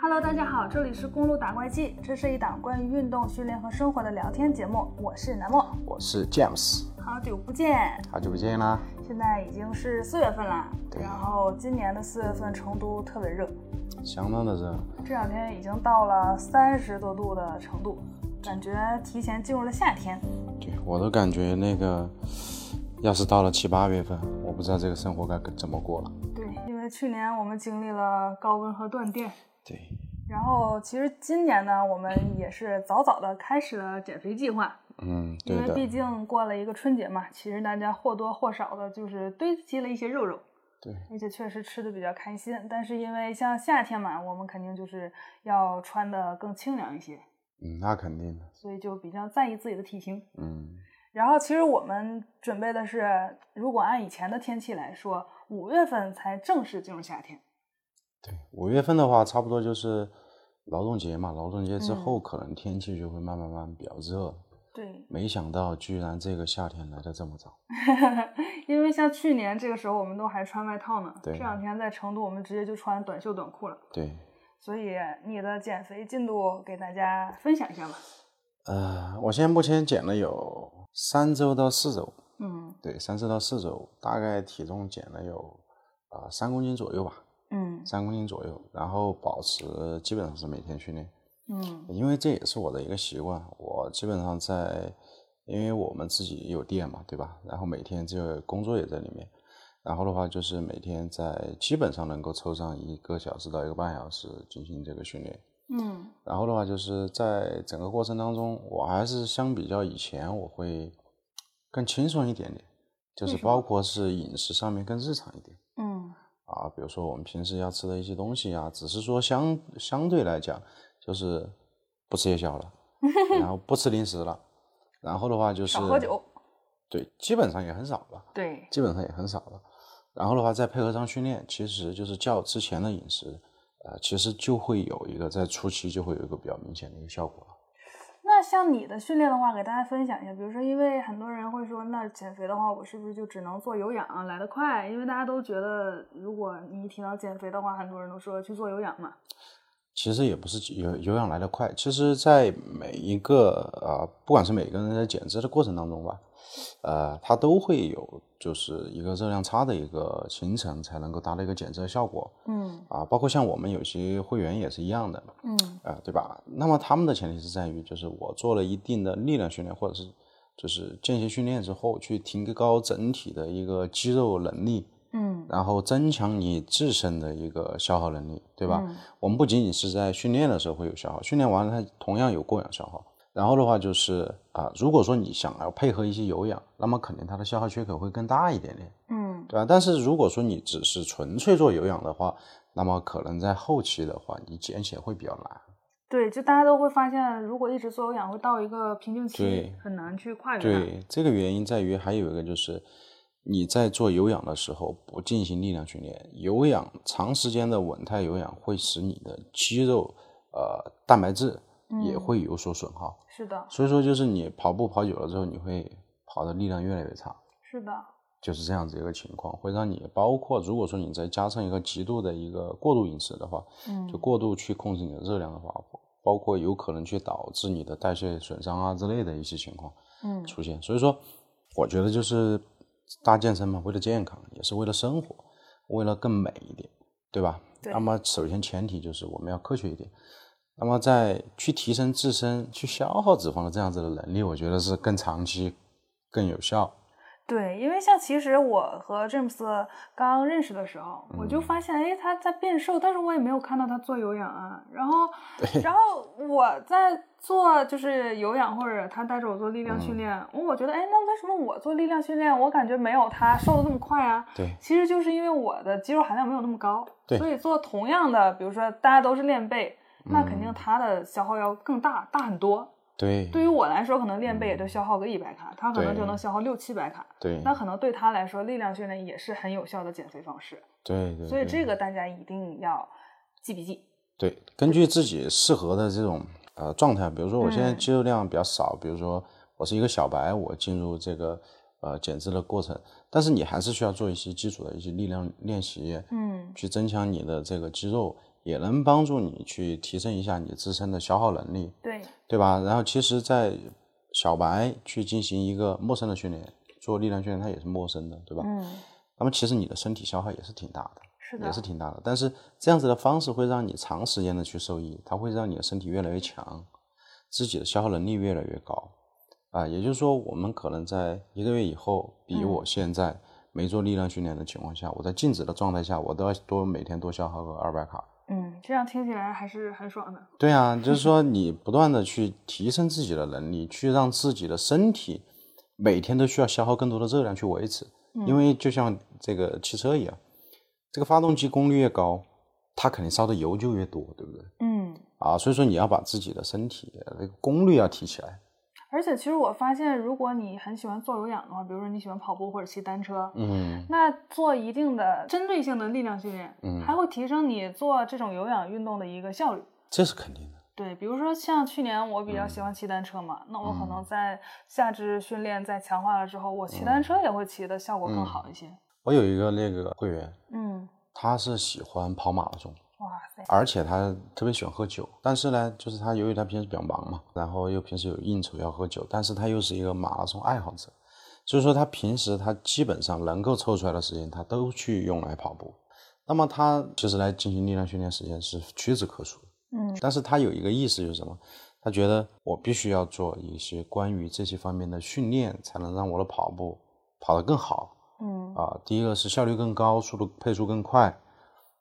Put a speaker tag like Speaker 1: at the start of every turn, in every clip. Speaker 1: Hello，大家好，这里是公路打怪记，这是一档关于运动、训练和生活的聊天节目，我是南莫，
Speaker 2: 我是 James，
Speaker 1: 好久不见。
Speaker 2: 好久不见啦！
Speaker 1: 现在已经是四月份啦，
Speaker 2: 对
Speaker 1: 然后今年的四月份成都特别热，
Speaker 2: 相当的热，
Speaker 1: 这两天已经到了三十多度的程度，感觉提前进入了夏天。
Speaker 2: 对我都感觉那个，要是到了七八月份，我不知道这个生活该怎么过了。
Speaker 1: 对，因为去年我们经历了高温和断电，
Speaker 2: 对，
Speaker 1: 然后其实今年呢，我们也是早早的开始了减肥计划，
Speaker 2: 嗯，对
Speaker 1: 因为
Speaker 2: 的，
Speaker 1: 毕竟过了一个春节嘛，其实大家或多或少的就是堆积了一些肉肉，
Speaker 2: 对，
Speaker 1: 而且确实吃的比较开心。但是因为像夏天嘛，我们肯定就是要穿的更清凉一些，
Speaker 2: 嗯，那肯定的，
Speaker 1: 所以就比较在意自己的体型。
Speaker 2: 嗯，
Speaker 1: 然后其实我们准备的是，如果按以前的天气来说，五月份才正式进入夏天。
Speaker 2: 对，五月份的话，差不多就是劳动节嘛，劳动节之后，可能天气就会慢慢慢慢比较热了。
Speaker 1: 对，
Speaker 2: 没想到居然这个夏天来的这么早，
Speaker 1: 因为像去年这个时候我们都还穿外套呢，这
Speaker 2: 对
Speaker 1: 两天在成都我们直接就穿短袖短裤了。
Speaker 2: 对，
Speaker 1: 所以你的减肥进度给大家分享一下吧。
Speaker 2: 呃，我现在目前减了有三周到四周，
Speaker 1: 嗯
Speaker 2: 对，三周到四周，大概体重减了有啊三、公斤左右吧，
Speaker 1: 嗯
Speaker 2: 三公斤左右，然后保持基本上是每天训练，
Speaker 1: 嗯
Speaker 2: 因为这也是我的一个习惯，我基本上在，因为我们自己有店嘛，对吧？然后每天这个工作也在里面，然后的话就是每天在基本上能够抽上一个小时到一个半小时进行这个训练，
Speaker 1: 嗯
Speaker 2: 然后的话就是在整个过程当中，我还是相比较以前我会更轻松一点点，就是
Speaker 1: 为什么
Speaker 2: 包括是饮食上面更日常一点。
Speaker 1: 嗯
Speaker 2: 啊，比如说我们平时要吃的一些东西啊，只是说相相对来讲，就是不吃夜宵 了，然后不吃零食了，然后的话就是
Speaker 1: 少喝酒，
Speaker 2: 对，基本上也很少了，
Speaker 1: 对，
Speaker 2: 基本上也很少了。然后的话，再配合上训练，其实就是较之前的饮食，呃，其实就会有一个在初期就会有一个比较明显的一个效果了。
Speaker 1: 那像你的训练的话，给大家分享一下，比如说，因为很多人会说，那减肥的话，我是不是就只能做有氧啊来得快？因为大家都觉得，如果你一提到减肥的话，很多人都说去做有氧嘛。
Speaker 2: 其实也不是有有氧来得快，其实，在每一个啊、呃不管是每个人在减脂的过程当中吧，呃，它都会有就是一个热量差的一个形成，才能够达到一个减脂的效果
Speaker 1: 嗯
Speaker 2: 啊、包括像我们有些会员也是一样的，
Speaker 1: 嗯
Speaker 2: 啊、对吧？那么他们的前提是在于，就是我做了一定的力量训练，或者是就是间歇训练之后，去提高整体的一个肌肉能力，
Speaker 1: 嗯
Speaker 2: 然后增强你自身的一个消耗能力，对吧？
Speaker 1: 嗯
Speaker 2: 我们不仅仅是在训练的时候会有消耗，训练完了它同样有过氧消耗。然后的话就是啊、如果说你想要配合一些有氧，那么肯定它的消耗缺口会更大一点点，
Speaker 1: 嗯
Speaker 2: 对吧？但是如果说你只是纯粹做有氧的话，那么可能在后期的话，你减血会比较难。
Speaker 1: 对，就大家都会发现，如果一直做有氧，会到一个瓶颈期
Speaker 2: 对，
Speaker 1: 很难去跨越它。
Speaker 2: 对，这个原因在于还有一个就是，你在做有氧的时候不进行力量训练，有氧长时间的稳态有氧会使你的肌肉呃蛋白质也会有所损耗，
Speaker 1: 嗯是的，
Speaker 2: 所以说就是你跑步跑久了之后，你会跑的力量越来越差。
Speaker 1: 是的，
Speaker 2: 就是这样子一个情况，会让你包括如果说你再加上一个极度的一个过度饮食的话，
Speaker 1: 嗯
Speaker 2: 就过度去控制你的热量的话，包括有可能去导致你的代谢损伤啊之类的一些情况。
Speaker 1: 嗯
Speaker 2: 出现。所以说，我觉得就是大健身嘛，为了健康，也是为了生活，为了更美一点，对吧？
Speaker 1: 对
Speaker 2: 那么首先前提就是我们要科学一点。那么在去提升自身、去消耗脂肪的这样子的能力，我觉得是更长期、更有效。
Speaker 1: 对，因为像其实我和詹姆斯刚认识的时候，我
Speaker 2: 嗯
Speaker 1: 就发现，哎，他在变瘦，但是我也没有看到他做有氧啊。然 后，然后我在做就是有氧，或者他带着我做力量训
Speaker 2: 嗯
Speaker 1: 练，我觉得，哎，那为什么我做力量训练，我感觉没有他瘦的那么快啊？
Speaker 2: 对
Speaker 1: 其实就是因为我的肌肉含量没有那么高，
Speaker 2: 对
Speaker 1: 所以做同样的，比如说大家都是练背，那肯
Speaker 2: 嗯
Speaker 1: 定他的消耗要更大，大很多。
Speaker 2: 对
Speaker 1: 对于我来说，可能练背也就消耗个一百卡，他可能就
Speaker 2: 嗯对
Speaker 1: 能消耗六七百卡。
Speaker 2: 对
Speaker 1: 那可能对他来说，力量训练也是很有效的减肥方式，
Speaker 2: 对对，
Speaker 1: 所以
Speaker 2: 对
Speaker 1: 这个大家一定要记笔记。
Speaker 2: 对，根据自己适合的这种呃状态，比如说我现在
Speaker 1: 嗯
Speaker 2: 肌肉量比较少，比如说我是一个小白，我进入这个呃减脂的过程，但是你还是需要做一些基础的一些力量练习，
Speaker 1: 嗯
Speaker 2: 去增强你的这个肌肉，也能帮助你去提升一下你自身的消耗能力，
Speaker 1: 对，
Speaker 2: 对吧？然后其实，在小白去进行一个陌生的训练，做力量训练，它也是陌生的，对吧？
Speaker 1: 嗯，
Speaker 2: 那么其实你的身体消耗也是挺大的，
Speaker 1: 是的，
Speaker 2: 也是挺大的。但是这样子的方式会让你长时间的去受益，它会让你的身体越来越强，自己的消耗能力越来越高。啊，也就是说，我们可能在一个月以后，比
Speaker 1: 嗯
Speaker 2: 我现在没做力量训练的情况下，我在静止的状态下，我都要多每天多消耗个二百卡。
Speaker 1: 嗯，这样听起来还是很爽的。
Speaker 2: 对啊，就是说你不断的去提升自己的能力，去让自己的身体每天都需要消耗更多的热量去维持，因为就像这个汽车一样，这个发动机功率越高，它肯定烧的油就越多，对不对？
Speaker 1: 嗯，
Speaker 2: 啊，所以说你要把自己的身体的这个功率要提起来，
Speaker 1: 而且其实我发现，如果你很喜欢做有氧的话，比如说你喜欢跑步或者骑单车，
Speaker 2: 嗯，
Speaker 1: 那做一定的针对性的力量训练，嗯，还会提升你做这种有氧运动的一个效率。
Speaker 2: 这是肯定的。
Speaker 1: 对，比如说像去年我比较
Speaker 2: 嗯
Speaker 1: 喜欢骑单车嘛，那我可能在下肢训练在强化了之后，我
Speaker 2: 嗯
Speaker 1: 骑单车也会骑的效果更好一些。
Speaker 2: 我有一个那个会员，
Speaker 1: 嗯，
Speaker 2: 他是喜欢跑马拉松，
Speaker 1: 哇塞，
Speaker 2: 而且他特别喜欢喝酒，但是呢，就是他由于他平时比较忙嘛，然后又平时有应酬要喝酒，但是他又是一个马拉松爱好者，所以说他平时他基本上能够抽出来的时间，他都去用来跑步。那么他其实来进行力量训练时间是屈指可数的，
Speaker 1: 嗯，
Speaker 2: 但是他有一个意识就是什么？他觉得我必须要做一些关于这些方面的训练，才能让我的跑步跑得更好，
Speaker 1: 嗯
Speaker 2: 啊，第一个是效率更高，速度配速更快，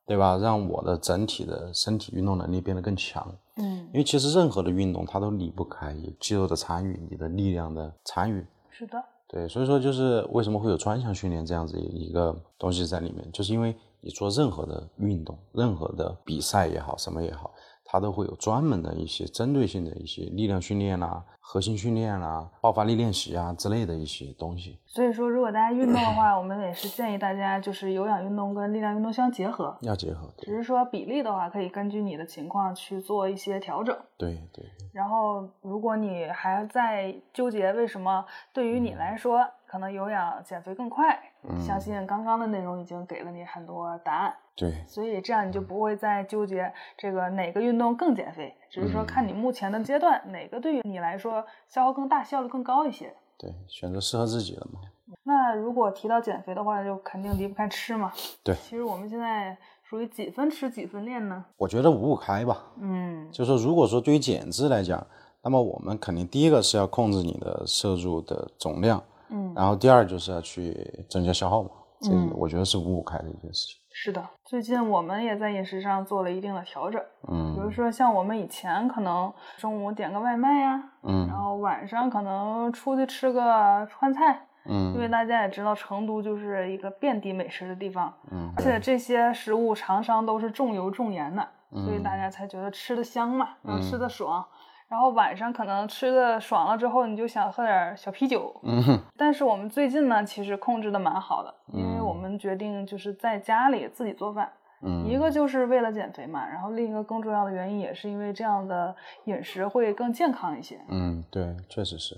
Speaker 2: 对吧？让我的整体的身体运动能力变得更强。
Speaker 1: 嗯，
Speaker 2: 因为其实任何的运动它都离不开有肌肉的参与，你的力量的参与。
Speaker 1: 是的，
Speaker 2: 对，所以说就是为什么会有专项训练这样子一个东西在里面，就是因为你做任何的运动、任何的比赛也好，什么也好，它都会有专门的一些针对性的一些力量训练啦、啊核心训练啦、爆发力练习啊之类的一些东西。
Speaker 1: 所以说，如果大家运动的话，我们也是建议大家就是有氧运动跟力量运动相结合，
Speaker 2: 要结合，
Speaker 1: 只是说比例的话，可以根据你的情况去做一些调整。
Speaker 2: 对对对，
Speaker 1: 然后，如果你还在纠结为什么对于你来说可能有氧减肥更快，相信刚刚的内容已经给了你很多答案，
Speaker 2: 对，
Speaker 1: 所以这样你就不会再纠结这个哪个运动更减肥，只是说看你目前的阶段、哪个对于你来说消耗更大、效率更高一些。
Speaker 2: 对，选择适合自己的嘛。
Speaker 1: 那如果提到减肥的话，就肯定离不开吃嘛。
Speaker 2: 对
Speaker 1: 其实我们现在属于几分吃几分练呢？
Speaker 2: 我觉得五五开吧，
Speaker 1: 嗯，
Speaker 2: 就是说，如果说对于减脂来讲，那么我们肯定第一个是要控制你的摄入的总量，
Speaker 1: 嗯，
Speaker 2: 然后第二就是要去增加消耗嘛，这
Speaker 1: 嗯
Speaker 2: 我觉得是五五开的一件事情。
Speaker 1: 是的。最近我们也在饮食上做了一定的调整，比
Speaker 2: 嗯
Speaker 1: 如说像我们以前可能中午点个外卖呀、然
Speaker 2: 嗯
Speaker 1: 后晚上可能出去吃个川菜，因为
Speaker 2: 嗯
Speaker 1: 大家也知道成都就是一个遍地美食的地方，
Speaker 2: 嗯，
Speaker 1: 而且这些食物常常都是重油重盐的，所
Speaker 2: 嗯
Speaker 1: 以大家才觉得吃的香嘛，然后吃的爽。然后晚上可能吃的爽了之后，你就想喝点小啤酒。
Speaker 2: 嗯哼
Speaker 1: 但是我们最近呢，其实控制的蛮好的，因为
Speaker 2: 嗯
Speaker 1: 我们决定就是在家里自己做饭。
Speaker 2: 嗯，
Speaker 1: 一个就是为了减肥嘛，然后另一个更重要的原因也是因为这样的饮食会更健康一些。
Speaker 2: 嗯对，确实是，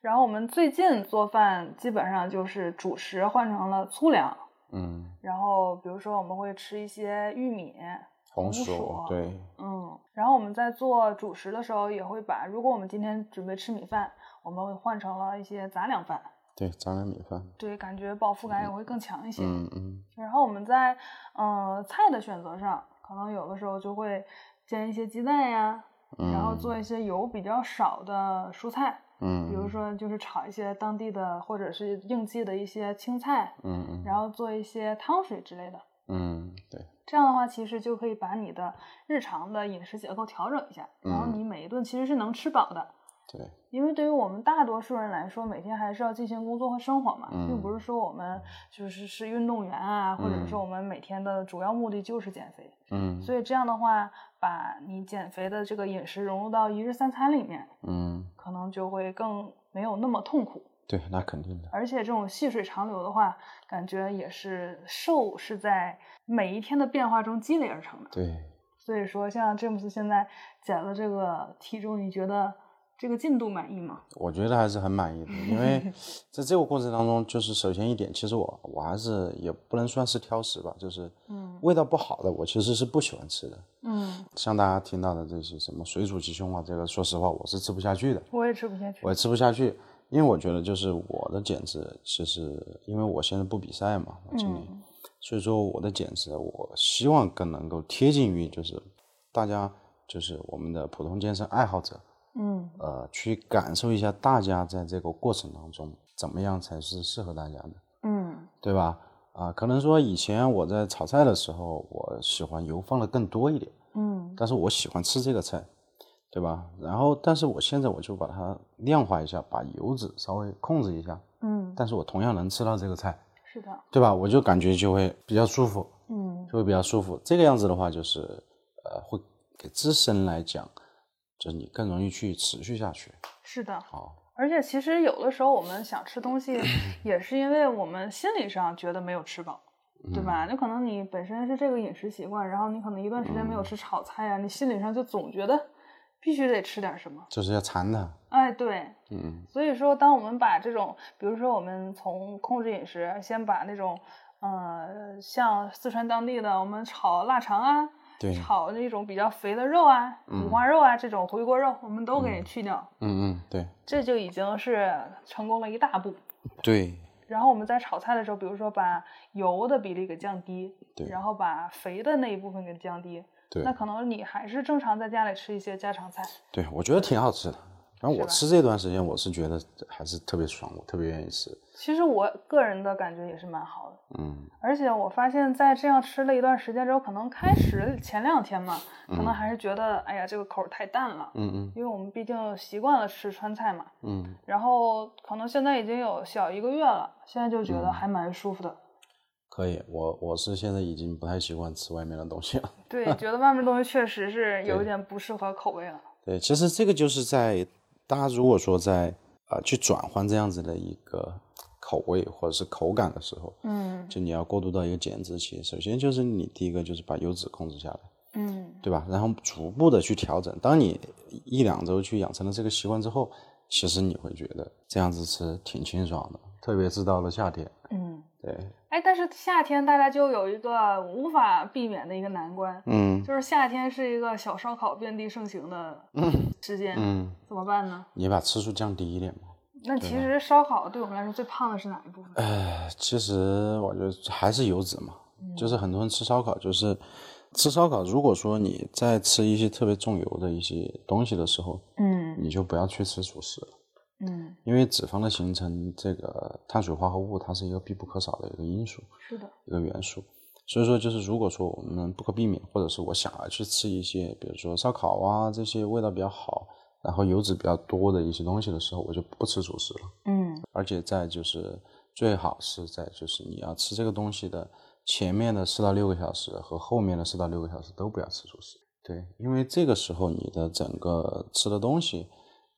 Speaker 1: 然后我们最近做饭基本上就是主食换成了粗粮，
Speaker 2: 嗯，
Speaker 1: 然后比如说我们会吃一些玉米，
Speaker 2: 红
Speaker 1: 薯
Speaker 2: 薯对，
Speaker 1: 嗯，然后我们在做主食的时候也会把，如果我们今天准备吃米饭，我们会换成了一些杂粮饭，
Speaker 2: 对，杂粮米饭，
Speaker 1: 对，感觉饱腹感也会更强一些。
Speaker 2: 嗯嗯
Speaker 1: 然后我们在呃菜的选择上，可能有的时候就会煎一些鸡蛋呀，
Speaker 2: 嗯，
Speaker 1: 然后做一些油比较少的蔬菜，
Speaker 2: 嗯，
Speaker 1: 比如说就是炒一些当地的或者是应季的一些青菜，
Speaker 2: 嗯嗯
Speaker 1: 然后做一些汤水之类的。
Speaker 2: 嗯对，
Speaker 1: 这样的话，其实就可以把你的日常的饮食结构调整一下，然后
Speaker 2: 嗯
Speaker 1: 你每一顿其实是能吃饱的。
Speaker 2: 对，
Speaker 1: 因为对于我们大多数人来说，每天还是要进行工作和生活嘛，并不
Speaker 2: 嗯
Speaker 1: 是说我们就是是运动员啊，或者
Speaker 2: 嗯
Speaker 1: 说我们每天的主要目的就是减肥。
Speaker 2: 嗯
Speaker 1: 所以这样的话，把你减肥的这个饮食融入到一日三餐里面，
Speaker 2: 嗯
Speaker 1: 可能就会更没有那么痛苦。
Speaker 2: 对，那肯定的，
Speaker 1: 而且这种细水长流的话，感觉也是瘦是在每一天的变化中积累而成的。
Speaker 2: 对，
Speaker 1: 所以说，像詹姆斯现在减了这个体重，你觉得这个进度满意吗？
Speaker 2: 我觉得还是很满意的，因为在这个过程当中，就是首先一点，其实我我还是也不能算是挑食吧，就是味道不好的我其实是不喜欢吃的。
Speaker 1: 嗯，
Speaker 2: 像大家听到的这些什么水煮鸡胸啊，这个说实话我是吃不下去的，
Speaker 1: 我也吃不下去
Speaker 2: 我。也吃不下去，因为我觉得就是我的减脂，其实因为我现在不比赛嘛，我今
Speaker 1: 嗯
Speaker 2: 年，所以说我的减脂，我希望更能够贴近于就是大家就是我们的普通健身爱好者，
Speaker 1: 嗯
Speaker 2: 呃，去感受一下大家在这个过程当中怎么样才是适合大家的，
Speaker 1: 嗯
Speaker 2: 对吧？啊、可能说以前我在炒菜的时候，我喜欢油放的更多一点，
Speaker 1: 嗯
Speaker 2: 但是我喜欢吃这个菜，对吧？然后，但是我现在我就把它量化一下，把油脂稍微控制一下，
Speaker 1: 嗯，
Speaker 2: 但是我同样能吃到这个菜，
Speaker 1: 是的，
Speaker 2: 对吧？我就感觉就会比较舒服，
Speaker 1: 嗯
Speaker 2: 就会比较舒服。这个样子的话，就是呃，会给自身来讲，就是你更容易去持续下去。啊
Speaker 1: 是的。
Speaker 2: 好，
Speaker 1: 而且其实有的时候我们想吃东 西，也是因为我们心理上觉得没有吃饱，对
Speaker 2: 嗯
Speaker 1: 吧？就可能你本身是这个饮食习惯，然后你可能一段时间
Speaker 2: 嗯
Speaker 1: 没有吃炒菜啊，你心理上就总觉得必须得吃点什么。
Speaker 2: 就是要馋它，
Speaker 1: 哎，对，
Speaker 2: 嗯，
Speaker 1: 所以说，当我们把这种，比如说我们从控制饮食，先把那种，呃，像四川当地的，我们炒腊肠啊，
Speaker 2: 对，嗯
Speaker 1: 炒那种比较肥的肉啊，五花肉啊，这种回锅肉，我们都给去掉，
Speaker 2: 嗯嗯，对
Speaker 1: 这就已经是成功了一大步。
Speaker 2: 对
Speaker 1: 然后我们在炒菜的时候，比如说把油的比例给降低，
Speaker 2: 对
Speaker 1: 然后把肥的那一部分给降低，
Speaker 2: 对
Speaker 1: 那可能你还是正常在家里吃一些家常菜。
Speaker 2: 对，我觉得挺好吃的。反正
Speaker 1: 是
Speaker 2: 我
Speaker 1: 吧
Speaker 2: 吃这段时间，我是觉得还是特别爽，我特别愿意吃。
Speaker 1: 其实我个人的感觉也是蛮好的。
Speaker 2: 嗯
Speaker 1: 而且我发现，在这样吃了一段时间之后，可能开始前两天嘛，可能还是觉得，哎呀，这个口儿太淡了，
Speaker 2: 嗯嗯
Speaker 1: 因为我们毕竟习惯了吃川菜嘛。
Speaker 2: 嗯，
Speaker 1: 然后可能现在已经有小一个月了，现在就觉
Speaker 2: 嗯
Speaker 1: 得还蛮舒 服的。
Speaker 2: 可以。我我是现在已经不太习惯吃外面的东西了。
Speaker 1: 对，觉得外面东西确实是有
Speaker 2: 对
Speaker 1: 一点不适合口味了。
Speaker 2: 对，其实这个就是在大家如果说在啊、呃去转换这样子的一个口味或者是口感的时候，
Speaker 1: 嗯
Speaker 2: 就你要过渡到一个减脂期，首先就是你第一个就是把油脂控制下来，
Speaker 1: 嗯
Speaker 2: 对吧？然后逐步的去调整。当你一两周去养成了这个习惯之后，其实你会觉得这样子吃挺清爽的，特别是到了夏天，
Speaker 1: 嗯。
Speaker 2: 对，
Speaker 1: 哎，但是夏天大家就有一个无法避免的一个难关，
Speaker 2: 嗯
Speaker 1: 就是夏天是一个小烧烤遍地盛行的时间，
Speaker 2: 嗯，
Speaker 1: 怎么办呢？
Speaker 2: 你把次数降低一点嘛。
Speaker 1: 那其实烧烤对我们来说最胖的是哪一部分？
Speaker 2: 呃，其实我觉得还是油脂嘛，就是很多人吃烧烤，就是吃烧烤，如果说你在吃一些特别重油的一些东西的时候，
Speaker 1: 嗯
Speaker 2: 你就不要去吃主食了，
Speaker 1: 嗯，
Speaker 2: 因为脂肪的形成，这个碳水化合物它是一个必不可少的一个因素，
Speaker 1: 是的，
Speaker 2: 一个元素。所以说，就是如果说我们不可避免，或者是我想要去吃一些，比如说烧烤啊这些味道比较好，然后油脂比较多的一些东西的时候，我就不吃主食了。
Speaker 1: 嗯
Speaker 2: 而且在就是最好是在就是你要吃这个东西的前面的四到六个小时和后面的四到六个小时都不要吃主食。对，因为这个时候你的整个吃的东西，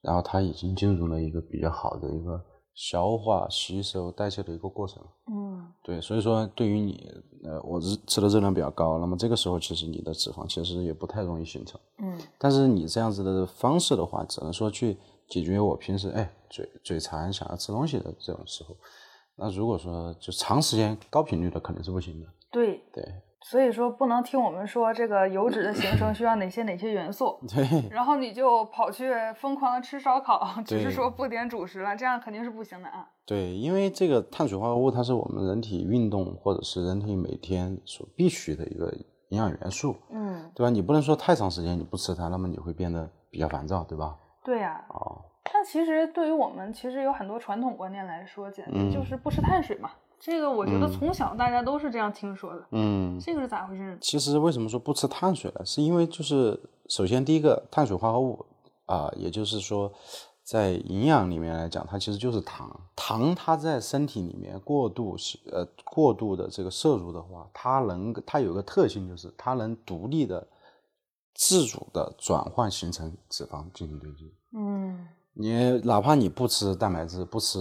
Speaker 2: 然后它已经进入了一个比较好的一个消化、吸收、代谢的一个过程。
Speaker 1: 嗯
Speaker 2: 对，所以说对于你，呃，我吃吃的热量比较高，那么这个时候其实你的脂肪其实也不太容易形成。
Speaker 1: 嗯
Speaker 2: 但是你这样子的方式的话，只能说去解决我平时哎嘴嘴馋想要吃东西的这种时候。那如果说就长时间高频率的肯定是不行的，
Speaker 1: 对，
Speaker 2: 对
Speaker 1: 所以说不能听我们说这个油脂的形成需要哪些哪些元素，
Speaker 2: 对
Speaker 1: 然后你就跑去疯狂的吃烧烤，只是
Speaker 2: 对
Speaker 1: 说不点主食了，这样肯定是不行的啊。
Speaker 2: 对，因为这个碳水化合物它是我们人体运动或者是人体每天所必须的一个营养元素，
Speaker 1: 嗯，
Speaker 2: 对吧？你不能说太长时间你不吃它，那么你会变得比较烦躁，对吧？
Speaker 1: 对呀、
Speaker 2: 哦，
Speaker 1: 但其实对于我们其实有很多传统观念来说，简直
Speaker 2: 嗯
Speaker 1: 就是不吃碳水嘛。这个我觉得
Speaker 2: 嗯
Speaker 1: 从小大家都是这样听说的，
Speaker 2: 嗯，
Speaker 1: 这个是咋回事呢？
Speaker 2: 其实为什么说不吃碳水呢？是因为就是首先第一个碳水化合物啊、也就是说在营养里面来讲，它其实就是糖。糖它在身体里面过度吸呃过度的这个摄入的话，它能它有一个特性就是它能独立的、自主的转换形成脂肪进行堆积。
Speaker 1: 嗯
Speaker 2: 你哪怕你不吃蛋白质，不吃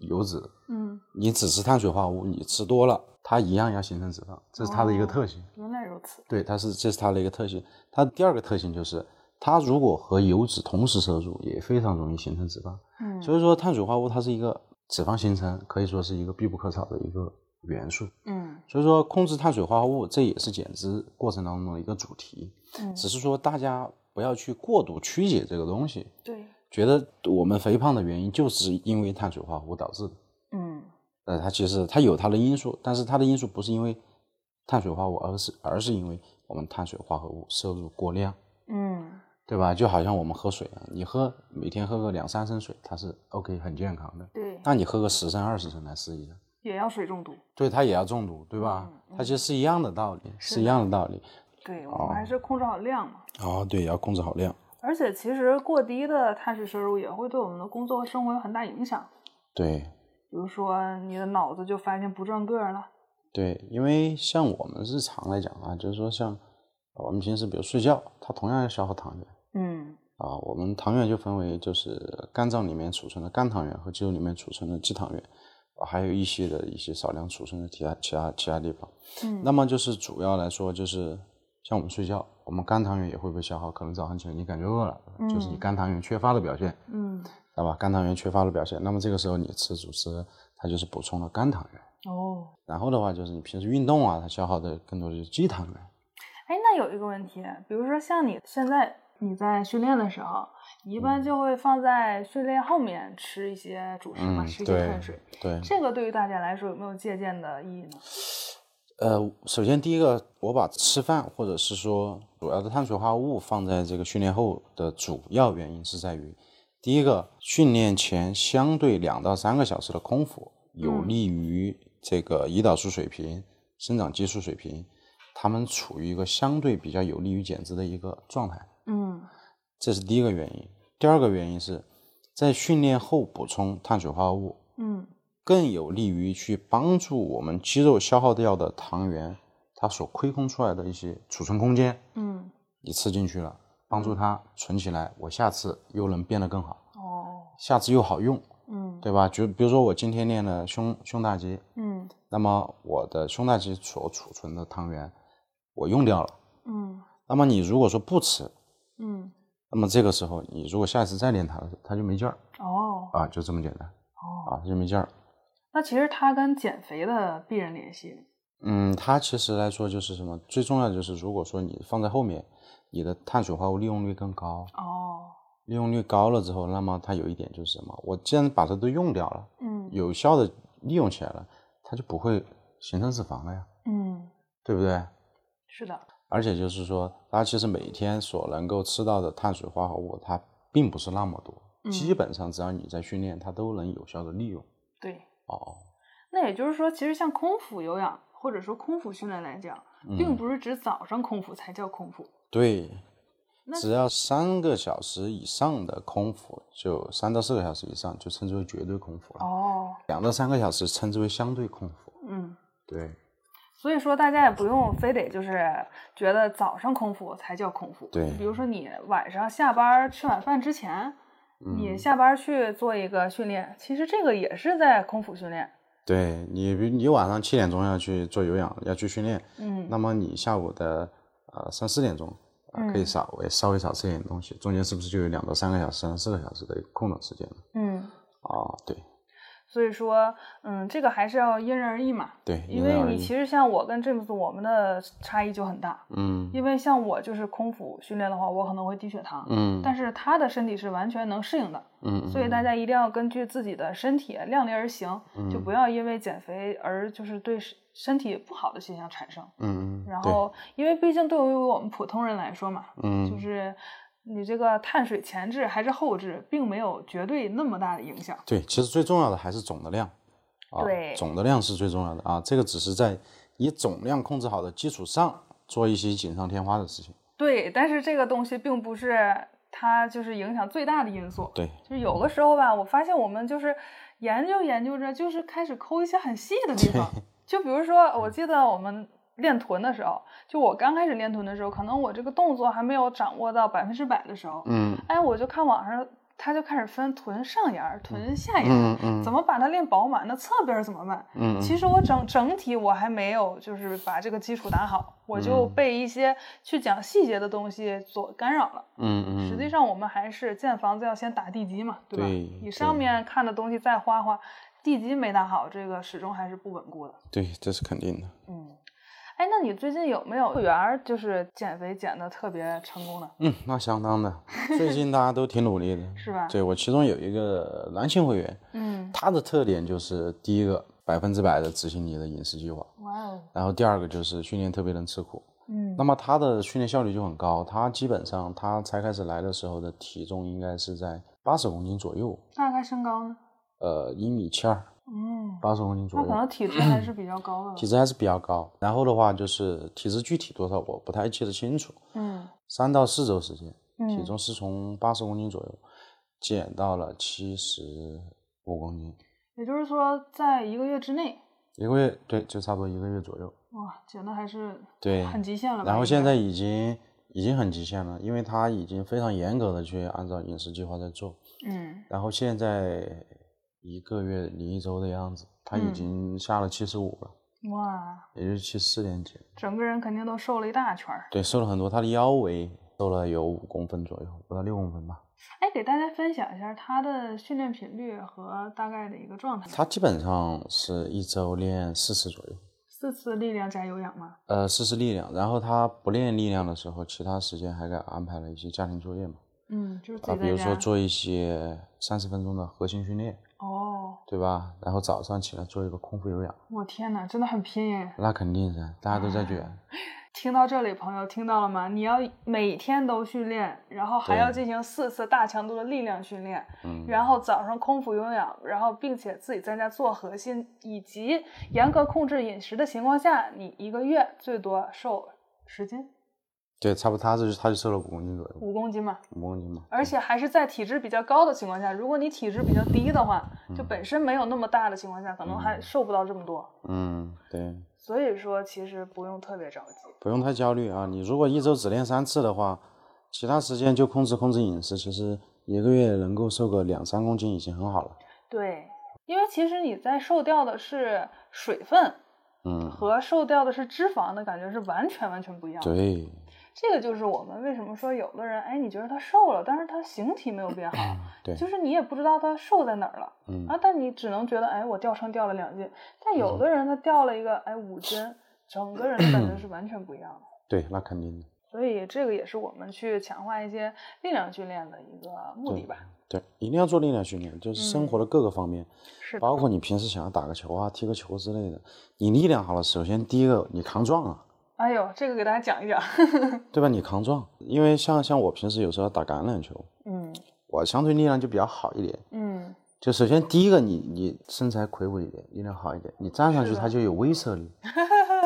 Speaker 2: 油脂，
Speaker 1: 嗯，
Speaker 2: 你只吃碳水化合物，你吃多了，它一样要形成脂肪，这是它的一个
Speaker 1: 哦
Speaker 2: 特性。
Speaker 1: 原来如此。
Speaker 2: 对，它是这是它的一个特性。它第二个特性就是它如果和油脂同时摄入，也非常容易形成脂肪。
Speaker 1: 嗯，
Speaker 2: 所以说，碳水化合物它是一个脂肪形成可以说是一个必不可少的一个元素。
Speaker 1: 嗯
Speaker 2: 所以说，控制碳水化合物这也是减脂过程当中的一个主题，
Speaker 1: 嗯，
Speaker 2: 只是说大家不要去过度曲解这个东西，
Speaker 1: 对，
Speaker 2: 觉得我们肥胖的原因就是因为碳水化合物导致的。
Speaker 1: 嗯
Speaker 2: 呃，它其实它有它的因素，但是它的因素不是因为碳水化合物，而是而是因为我们碳水化合物摄入过量，
Speaker 1: 嗯
Speaker 2: 对吧？就好像我们喝水啊，你喝每天喝个两三升水，它是 OK 很健康的，
Speaker 1: 对，
Speaker 2: 那你喝个十升二十升来试一下，
Speaker 1: 也要水中毒。
Speaker 2: 对，它也要中毒，对吧？它其实是一样的道理，嗯是一样的道理。
Speaker 1: 对，我们还是控制好量嘛。
Speaker 2: 哦，对，也要控制好量。
Speaker 1: 而且其实过低的碳水摄入也会对我们的工作和生活有很大影响，
Speaker 2: 对
Speaker 1: 比如说你的脑子就发现不转个儿了。
Speaker 2: 对，因为像我们日常来讲啊，就是说像我们平时比如睡觉，它同样要消耗糖原。
Speaker 1: 嗯
Speaker 2: 啊，我们糖原就分为就是肝脏里面储存的肝糖原和肌肉里面储存的肌糖原，啊还有一些的一些少量储存的其他其他其他地方。
Speaker 1: 嗯
Speaker 2: 那么就是主要来说就是像我们睡觉，我们肝糖原也会被消耗，可能早上起来你感觉饿了，就是你
Speaker 1: 嗯
Speaker 2: 肝糖原缺乏的表现，
Speaker 1: 嗯，
Speaker 2: 对吧？肝糖原缺乏的表现，那么这个时候你吃主食，它就是补充了肝糖原。
Speaker 1: 哦，
Speaker 2: 然后的话就是你平时运动啊，它消耗的更多的就是肌糖原。
Speaker 1: 哎，那有一个问题，比如说像你现在你在训练的时候，你一般就会放在训练后面吃一些主食嘛，
Speaker 2: 嗯
Speaker 1: 吃一些碳水。
Speaker 2: 对，
Speaker 1: 这个对于大家来说有没有借鉴的意义呢？
Speaker 2: 呃，首先第一个，我把吃饭或者是说主要的碳水化合物放在这个训练后的主要原因是在于，第一个，训练前相对两到三个小时的空腹，有
Speaker 1: 嗯
Speaker 2: 利于这个胰岛素水平、生长激素水平，它们处于一个相对比较有利于减脂的一个状态，
Speaker 1: 嗯
Speaker 2: 这是第一个原因。第二个原因是，在训练后补充碳水化合物，
Speaker 1: 嗯
Speaker 2: 更有利于去帮助我们肌肉消耗掉的糖原，它所亏空出来的一些储存空间，
Speaker 1: 嗯，
Speaker 2: 你吃进去了，帮助它存起来，我下次又能变得更好，
Speaker 1: 哦，
Speaker 2: 下次又好用，
Speaker 1: 嗯
Speaker 2: 对吧？就比如说我今天练了胸胸大肌，
Speaker 1: 嗯
Speaker 2: 那么我的胸大肌所储存的糖原我用掉了，
Speaker 1: 嗯
Speaker 2: 那么你如果说不吃，
Speaker 1: 嗯，
Speaker 2: 那么这个时候你如果下一次再练它的时候，它就没劲儿
Speaker 1: 哦
Speaker 2: 啊，就这么简单
Speaker 1: 哦。
Speaker 2: 啊，它就没劲儿。
Speaker 1: 那其实它跟减肥的必然联系。
Speaker 2: 嗯，它其实来说就是什么，最重要的就是，如果说你放在后面，你的碳水化合物利用率更高，
Speaker 1: 哦，
Speaker 2: 利用率高了之后，那么它有一点就是什么，我既然把它都用掉了，
Speaker 1: 嗯
Speaker 2: 有效的利用起来了，它就不会形成脂肪了呀，
Speaker 1: 嗯，
Speaker 2: 对不对？
Speaker 1: 是的，
Speaker 2: 而且就是说，它其实每天所能够吃到的碳水化合物，它并不是那么多，基本上只要你在训练，它都能有效的利用。
Speaker 1: 对。
Speaker 2: 哦，
Speaker 1: 那也就是说，其实像空腹有氧或者说空腹训练来讲，并
Speaker 2: 嗯
Speaker 1: 不是指早上空腹才叫空腹。
Speaker 2: 对，
Speaker 1: 那
Speaker 2: 只要三个小时以上的空腹，就三到四个小时以上，就称之为绝对空腹了。
Speaker 1: 哦，
Speaker 2: 两到三个小时称之为相对空腹。
Speaker 1: 嗯。
Speaker 2: 对，
Speaker 1: 所以说，大家也不用非得就是觉得早上空腹才叫空腹。
Speaker 2: 对
Speaker 1: 比如说你晚上下班儿吃晚饭之前，
Speaker 2: 嗯
Speaker 1: 你下班儿去做一个训练，其实这个也是在空腹训练。
Speaker 2: 对你，比你晚上七点钟要去做有氧，要去训练，
Speaker 1: 嗯
Speaker 2: 那么你下午的呃三四点钟、呃
Speaker 1: 嗯
Speaker 2: 可以稍微稍微少吃点东西，中间是不是就有两到三个小时、三四个小时的空档时间了？
Speaker 1: 嗯。
Speaker 2: 啊，对
Speaker 1: 所以说，嗯，这个还是要因人而异嘛。
Speaker 2: 对，
Speaker 1: 因
Speaker 2: 人
Speaker 1: 为
Speaker 2: 而
Speaker 1: 你
Speaker 2: 异
Speaker 1: 其实像我跟 James，我们的差异就很大。
Speaker 2: 嗯
Speaker 1: 因为像我就是空腹训练的话，我可能会低血糖，
Speaker 2: 嗯
Speaker 1: 但是他的身体是完全能适应的。
Speaker 2: 嗯，
Speaker 1: 所以大家一定要根据自己的身体量力而行，
Speaker 2: 嗯
Speaker 1: 就不要因为减肥而就是对身身体不好的现象产生。
Speaker 2: 嗯嗯，
Speaker 1: 然
Speaker 2: 对
Speaker 1: 后，因为毕竟对于我们普通人来说嘛，
Speaker 2: 嗯
Speaker 1: 就是你这个碳水前置还是后置，并没有绝对那么大的影响。
Speaker 2: 对，其实最重要的还是总的量，啊，
Speaker 1: 对
Speaker 2: 总的量是最重要的啊。这个只是在以总量控制好的基础上做一些锦上添花的事情。
Speaker 1: 对，但是这个东西并不是它就是影响最大的因素。
Speaker 2: 对，
Speaker 1: 就是有的时候吧，我发现我们就是研究研究着，就是开始抠一些很细的地方。就比如 说，
Speaker 2: 嗯
Speaker 1: 我记得我们练臀的时候，就我刚开始练臀的时候，可能我这个动作还没有掌握到百分之百的时候，
Speaker 2: 嗯
Speaker 1: 哎，我就看网上他就开始分臀上沿儿、臀下沿儿，
Speaker 2: 嗯嗯，
Speaker 1: 哎怎么把它练饱满？那侧边儿怎么办？
Speaker 2: 嗯
Speaker 1: 其实我整整体我还没有就是把这个基础打好，我就
Speaker 2: 嗯
Speaker 1: 被一些去讲细节的东西所干扰了。
Speaker 2: 嗯嗯，
Speaker 1: 实际上我们还是建房子要先打地基嘛，对吧？
Speaker 2: 对
Speaker 1: 你上
Speaker 2: 对
Speaker 1: 面看的东西再花花，地基没打好，这个始终还是不稳固的。
Speaker 2: 对，这是肯定的。
Speaker 1: 嗯，哎，那你最近有没有会员儿就是减肥减的特别成功的，
Speaker 2: 嗯，那相当 的。最近大家都挺努力的，
Speaker 1: 是吧？
Speaker 2: 对我其中有一个男性会员，
Speaker 1: 嗯，
Speaker 2: 他的特点就是第一个百分之百的执行你的饮食计划，
Speaker 1: 哇哦，
Speaker 2: 然后第二个就是训练特别能吃苦。
Speaker 1: 嗯
Speaker 2: 那么他的训练效率就很高，他基本上他才开始来的时候的体重应该是在八十公斤左右，
Speaker 1: 大概身高呢？
Speaker 2: 呃，一米七二，
Speaker 1: 嗯，
Speaker 2: 八十公斤左
Speaker 1: 那可
Speaker 2: 右，
Speaker 1: 能体质还是比较高的了。
Speaker 2: 体质还是比较高。然后的话就是体质具体多少我不太记得清楚，
Speaker 1: 嗯
Speaker 2: 三到四周时间，体
Speaker 1: 嗯，
Speaker 2: 重是从八十公斤左右减到了七十五公斤，
Speaker 1: 也就是说在一个月之内，
Speaker 2: 一个月对，就差不多一个月左右。
Speaker 1: 哇，减的还是
Speaker 2: 对，
Speaker 1: 很极限了吧？
Speaker 2: 然后
Speaker 1: 应
Speaker 2: 现
Speaker 1: 该
Speaker 2: 在已经已经很极限了，因为他已经非常严格的去按照饮食计划在做。
Speaker 1: 嗯
Speaker 2: 然后现在一个月零一周的样子，他已
Speaker 1: 嗯
Speaker 2: 经下了七十五了，
Speaker 1: 哇，
Speaker 2: 也就是七四点几。
Speaker 1: 整个人肯定都瘦了一大圈儿。
Speaker 2: 对，瘦了很多，他的腰围瘦了有五公分左右，不到六公分吧。
Speaker 1: 哎，给大家分享一下他的训练频率和大概的一个状态。
Speaker 2: 他基本上是一周练四次左右，
Speaker 1: 四次力量加有氧吗？
Speaker 2: 呃，四次力量。然后他不练力量的时候，其他时间还给安排了一些家庭作业嘛，
Speaker 1: 嗯，就是自
Speaker 2: 啊，
Speaker 1: 己
Speaker 2: 比
Speaker 1: 在
Speaker 2: 如说
Speaker 1: 家。
Speaker 2: 做一些三十分钟的核心训练。
Speaker 1: 哦，
Speaker 2: 对吧？然后早上起来做一个空腹有氧，
Speaker 1: 我天哪，真的很拼耶！
Speaker 2: 那肯定噻，大家都在
Speaker 1: 啊
Speaker 2: 卷。
Speaker 1: 听到这里，朋友听到了吗？你要每天都训练，然后还要
Speaker 2: 对
Speaker 1: 进行四次大强度的力量训练，
Speaker 2: 嗯，
Speaker 1: 然后早上空腹有氧，然后并且自己在家做核心，以及严格控制饮食的情况下，你一个月最多瘦十斤、
Speaker 2: 对，差不多他是他就瘦了五公斤左右，
Speaker 1: 五公斤嘛。
Speaker 2: 五公斤嘛。
Speaker 1: 而且还是在体质比较高的情况下，如果你体质比较低的话，就本身没有那么大的情况下，可能还瘦不到这么多。
Speaker 2: 嗯，对，
Speaker 1: 所以说，其实不用特别着急。
Speaker 2: 不用太焦虑啊。你如果一周只练三次的话，其他时间就控制控制饮食，其实一个月能够瘦个两三公斤已经很好了。
Speaker 1: 对，因为其实你在瘦掉的是水分
Speaker 2: 嗯，
Speaker 1: 和瘦掉的是脂肪的感觉是完全完全不一样的。
Speaker 2: 对，
Speaker 1: 这个就是我们为什么说有的人，哎，你觉得他瘦了，但是他形体没有变好，
Speaker 2: 对
Speaker 1: 就是你也不知道他瘦在哪儿了
Speaker 2: 嗯
Speaker 1: 啊，但你只能觉得，哎，我掉秤掉了两斤，但有的人他掉了一个，哎，五斤，整个人的感觉是完全不一样的。
Speaker 2: 对，那肯定的。
Speaker 1: 所以这个也是我们去强化一些力量训练的一个目的吧。
Speaker 2: 对，一定要做力量训练，就是生活的各个方面，
Speaker 1: 是的，
Speaker 2: 包括你平时想要打个球啊、踢个球之类的，你力量好了，首先第一个你扛撞啊，
Speaker 1: 哎呦，这个给大家讲一 讲。
Speaker 2: 对吧？你扛撞，因为像像我平时有时候打橄榄球，
Speaker 1: 嗯
Speaker 2: 我相对力量就比较好一点。
Speaker 1: 嗯，
Speaker 2: 就首先第一个你，你身材魁梧一点，力量好一点，你站上去
Speaker 1: 是的
Speaker 2: 它就有威慑 力，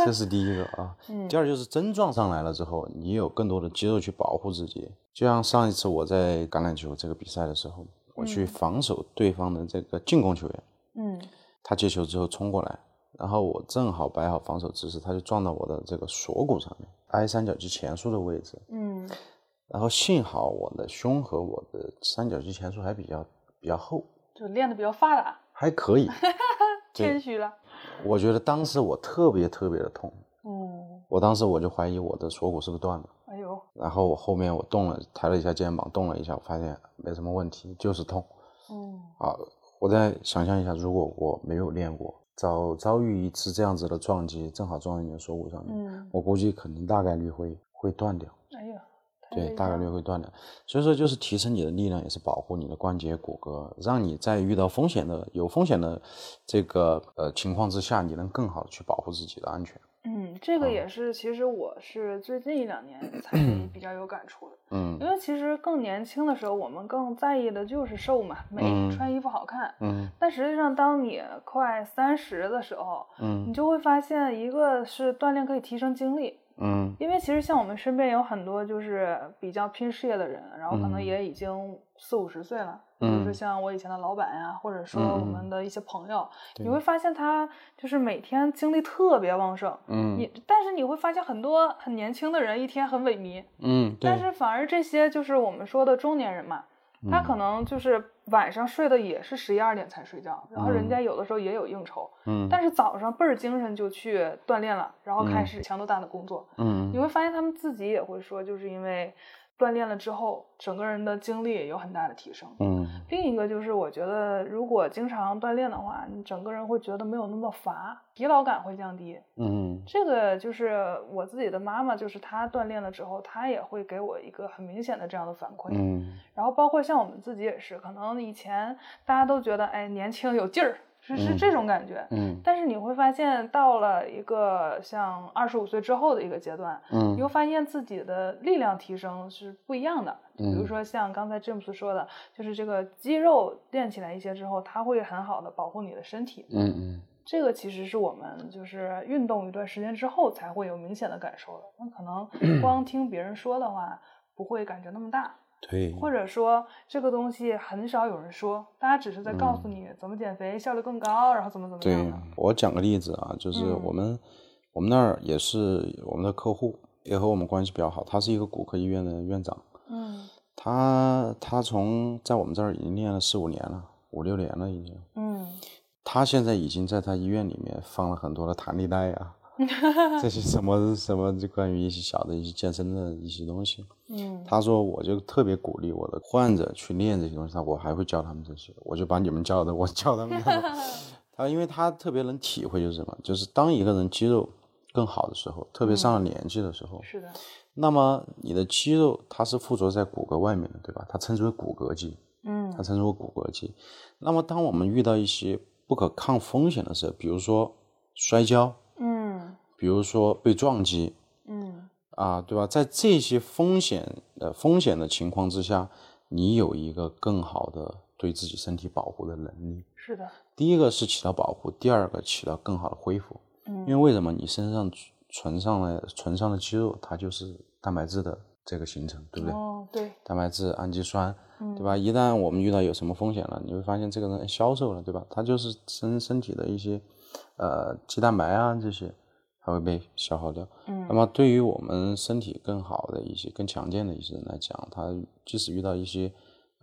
Speaker 2: 这是第一个啊。
Speaker 1: 嗯
Speaker 2: 第二就是真撞上来了之后，你有更多的肌肉去保护自己。就像上一次我在橄榄球这个比赛的时候，我去防守对方的这个进攻球员，
Speaker 1: 嗯，
Speaker 2: 他接球之后冲过来，然后我正好摆好防守姿势，他就撞到我的这个锁骨上面，挨三角肌前束的位置。
Speaker 1: 嗯，
Speaker 2: 然后幸好我的胸和我的三角肌前束还比较比较厚，
Speaker 1: 就练的比较发达，
Speaker 2: 还可以。对
Speaker 1: 谦虚了。
Speaker 2: 我觉得当时我特别特别的痛，
Speaker 1: 嗯，
Speaker 2: 我当时我就怀疑我的锁骨是不是断了。
Speaker 1: 哎呦，
Speaker 2: 然后我后面我动了，抬了一下肩膀，动了一下，我发现没什么问题，就是痛
Speaker 1: 嗯
Speaker 2: 啊。我再想象一下，如果我没有练过，遭遭遇一次这样子的撞击，正好撞在你的锁骨上面，
Speaker 1: 嗯，
Speaker 2: 我估计肯定大概率会会断掉。
Speaker 1: 哎呦，太
Speaker 2: 对，
Speaker 1: 危
Speaker 2: 大概
Speaker 1: 险
Speaker 2: 率
Speaker 1: 了
Speaker 2: 会断掉。所以说，就是提升你的力量，也是保护你的关节、骨骼，让你在遇到风险的、有风险的这个呃情况之下，你能更好的去保护自己的安全。
Speaker 1: 嗯，这个也是，其实我是最近一两年 才比较有感触的，
Speaker 2: 嗯
Speaker 1: 因为其实更年轻的时候，我们更在意的就是瘦嘛，美，
Speaker 2: 嗯
Speaker 1: 穿衣服好看。
Speaker 2: 嗯
Speaker 1: 但实际上，当你快三十的时候，你
Speaker 2: 嗯
Speaker 1: 就会发现，一个是锻炼可以提升精力，
Speaker 2: 嗯
Speaker 1: 因为其实像我们身边有很多就是比较拼事业的人，然后可能
Speaker 2: 嗯
Speaker 1: 也已经四五十岁了，比如说
Speaker 2: 嗯
Speaker 1: 像我以前的老板呀、或者说
Speaker 2: 嗯
Speaker 1: 我
Speaker 2: 嗯
Speaker 1: 们的一些朋友，你
Speaker 2: 对
Speaker 1: 会发现他就是每天精力特别旺盛。
Speaker 2: 嗯
Speaker 1: 你但是你会发现很多很年轻的人一天很萎靡，
Speaker 2: 嗯，
Speaker 1: 但
Speaker 2: 对，
Speaker 1: 是反而这些就是我们说的中年人嘛，他
Speaker 2: 嗯
Speaker 1: 可能就是晚上睡的也是十一二点才睡觉，然后人
Speaker 2: 嗯
Speaker 1: 家有的时候也有应酬，
Speaker 2: 嗯
Speaker 1: 但是早上倍儿精神就去锻炼了，然后开始强度大的工作。你
Speaker 2: 嗯
Speaker 1: 会发现他们自己也会说，就是因为锻炼了之后，整个人的精力也有很大的提升。
Speaker 2: 嗯
Speaker 1: 另一个就是，我觉得如果经常锻炼的话，你整个人会觉得没有那么乏，疲劳感会降低。
Speaker 2: 嗯
Speaker 1: 这个就是我自己的妈妈，就是她锻炼了之后，她也会给我一个很明显的这样的反馈。
Speaker 2: 嗯
Speaker 1: 然后包括像我们自己也是，可能以前大家都觉得，哎，年轻有劲儿，是是
Speaker 2: 嗯
Speaker 1: 这种感觉。
Speaker 2: 嗯
Speaker 1: 但是你会发现，到了一个像二十五岁之后的一个阶段，你
Speaker 2: 嗯
Speaker 1: 会发现自己的力量提升是不一样的。就比如
Speaker 2: 嗯
Speaker 1: 说像刚才 James 说的，就是这个肌肉练起来一些之后，它会很好的保护你的身体。
Speaker 2: 嗯
Speaker 1: 这个其实是我们就是运动一段时间之后才会有明显的感受的。那可 能光听别人说的话，不会感觉那么大。
Speaker 2: 对，
Speaker 1: 或者说这个东西很少有人说，大家只是在告诉你怎么减肥效率更高，然后怎么怎么样
Speaker 2: 嗯对
Speaker 1: 的。
Speaker 2: 我讲个例子啊，就是
Speaker 1: 嗯
Speaker 2: 我们、我们那儿也是我们的客户，也和我们关系比较好，他是一个骨科医院的院长，
Speaker 1: 嗯
Speaker 2: 他他从在我们这儿已经练了四五年了，五六年了已经。
Speaker 1: 嗯
Speaker 2: 他现在已经在他医院里面放了很多的弹力带啊，这些什么什么就关于一些小的一些健身的一些东西。
Speaker 1: 嗯
Speaker 2: 他说，我就特别鼓励我的患者去练这些东西，他我还会教他们这些，我就把你们教的，我教他们的。他因为他特别能体会就是什么，就是当一个人肌肉更好的时候，特别上了年纪的时候，
Speaker 1: 是的，
Speaker 2: 那么你的肌肉它是附着在骨骼外面的，对吧？它称之为骨骼肌。它
Speaker 1: 嗯
Speaker 2: 称之为骨骼肌。那么，当我们遇到一些不可抗风险的时候，比如说摔跤，
Speaker 1: 嗯
Speaker 2: 比如说被撞击
Speaker 1: 嗯
Speaker 2: 啊，对吧？在这些风险的风险的情况之下，你有一个更好的对自己身体保护的能力。
Speaker 1: 是的，
Speaker 2: 第一个是起到保护，第二个起到更好的恢复。因为
Speaker 1: 嗯
Speaker 2: 为什么你身上存上了存上的肌肉，它就是蛋白质的这个形成，对不对？
Speaker 1: 哦对，
Speaker 2: 蛋白质、氨基酸，
Speaker 1: 嗯
Speaker 2: 对吧？一旦我们遇到有什么风险了，你会发现这个人消瘦了，对吧？他就是身身体的一些呃肌蛋白啊这些，它会被消耗掉。那
Speaker 1: 嗯
Speaker 2: 么对于我们身体更好的一些、更强健的一些人来讲，他即使遇到一些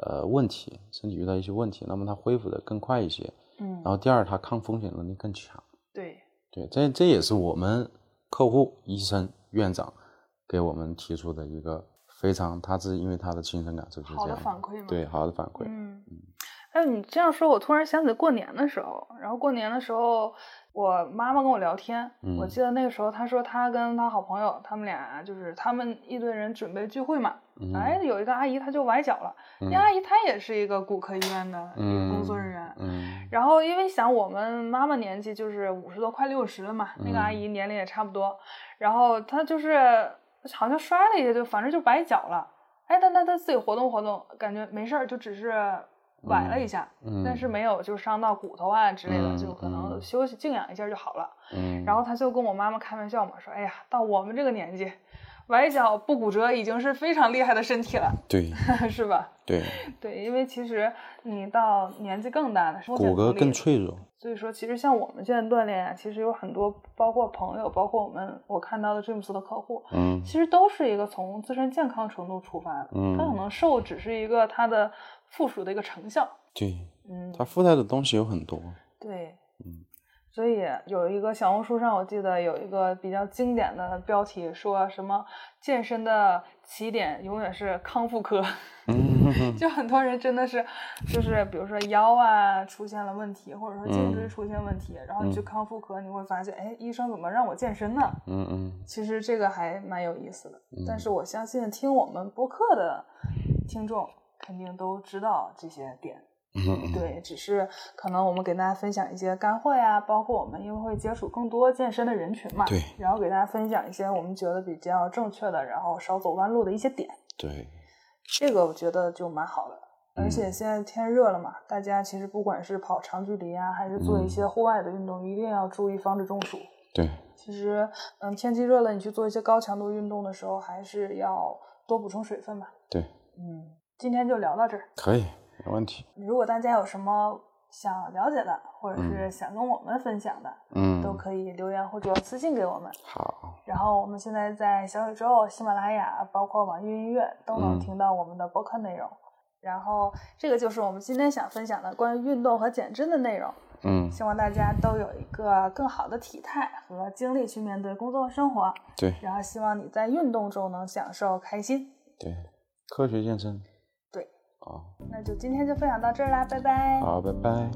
Speaker 2: 呃问题，身体遇到一些问题，那么他恢复的更快一些。然
Speaker 1: 嗯
Speaker 2: 后第二，他抗风险能力更强。
Speaker 1: 对，
Speaker 2: 对，这这也是我们客户、医生、院长给我们提出的一个非常，他是因为他的亲身感受就是这
Speaker 1: 好的
Speaker 2: 样
Speaker 1: 反馈嘛。
Speaker 2: 对，好的反馈。
Speaker 1: 嗯，哎，你这样说，我突然想起过年的时候，然后过年的时候，我妈妈跟我聊天，我
Speaker 2: 嗯
Speaker 1: 记得那个时候她说她跟她好朋友，他们俩就是他们一堆人准备聚会嘛，
Speaker 2: 嗯
Speaker 1: 哎，有一个阿姨她就崴脚了，那、阿姨她也是一个骨科医院的一个工作人员。
Speaker 2: 嗯
Speaker 1: 然后，因为想我们妈妈年纪就是五十多，快六十了嘛，那个阿
Speaker 2: 嗯
Speaker 1: 姨年龄也差不多。然后她就是好像摔了一下，就反正就崴脚了。哎，但她她自己活动活动，感觉没事儿，就只是崴了一下，
Speaker 2: 嗯，
Speaker 1: 但是没有就伤到骨头啊之类的，
Speaker 2: 嗯
Speaker 1: 就可能
Speaker 2: 嗯
Speaker 1: 休息静养一下就好了。
Speaker 2: 嗯，
Speaker 1: 然后她就跟我妈妈开玩笑嘛，说：“哎呀，到我们这个年纪，崴脚不骨折已经是非常厉害的身体了，
Speaker 2: 对
Speaker 1: 是吧？”
Speaker 2: 对，
Speaker 1: 对，因为其实你到年纪更大的时候，
Speaker 2: 骨骼更脆弱。
Speaker 1: 所以说，其实像我们现在锻炼啊，其实有很多，包括朋友，包括我们我看到的詹姆斯的客户，
Speaker 2: 嗯
Speaker 1: 其实都是一个从自身健康程度出发的。他可
Speaker 2: 嗯，
Speaker 1: 能瘦只是一个他的附属的一个成效。
Speaker 2: 对，
Speaker 1: 嗯，
Speaker 2: 它附带的东西有很多。
Speaker 1: 对，
Speaker 2: 嗯。
Speaker 1: 所以有一个小红书上，我记得有一个比较经典的标题，说什么健身的起点永远是康复科。
Speaker 2: 嗯
Speaker 1: 就很多人真的是，就是比如说腰啊出现了问题，或者说颈椎
Speaker 2: 嗯
Speaker 1: 出现问题，然后你去康复科，你会发现，哎，医生怎么让我健身呢？
Speaker 2: 嗯嗯
Speaker 1: 其实这个还蛮有意思的。但
Speaker 2: 嗯
Speaker 1: 是我相信听我们播客的听众肯定都知道这些点。
Speaker 2: 嗯，
Speaker 1: 对，只是可能我们给大家分享一些干货呀，包括我们因为会接触更多健身的人群嘛，
Speaker 2: 对
Speaker 1: 然后给大家分享一些我们觉得比较正确的，然后少走弯路的一些点。
Speaker 2: 对，
Speaker 1: 这个我觉得就蛮好的。而且
Speaker 2: 嗯
Speaker 1: 现在天热了嘛，大家其实不管是跑长距离啊，还是做一
Speaker 2: 嗯
Speaker 1: 些户外的运动，一定要注意防止中暑。
Speaker 2: 对，
Speaker 1: 其实，嗯，天气热了，你去做一些高强度运动的时候，还是要多补充水分吧。
Speaker 2: 对，
Speaker 1: 嗯，今天就聊到这儿。
Speaker 2: 可以，没问题。
Speaker 1: 如果大家有什么想了解的，或者
Speaker 2: 嗯
Speaker 1: 是想跟我们分享的，都
Speaker 2: 嗯，
Speaker 1: 可以留言或者私信给我们。
Speaker 2: 好，
Speaker 1: 然后我们现在在小宇宙、喜马拉雅，包括网易云音乐都能
Speaker 2: 嗯
Speaker 1: 听到我们的播客内容。然后这个就是我们今天想分享的关于运动和减脂的内容。
Speaker 2: 嗯，
Speaker 1: 希望大家都有一个更好的体态和精力去面对工作和生活。
Speaker 2: 对
Speaker 1: 然后希望你在运动中能享受开心。
Speaker 2: 对，科学健身。
Speaker 1: 嗯对。
Speaker 2: 啊，
Speaker 1: 那就今天就分享到这儿啦，拜拜。
Speaker 2: 好，拜拜。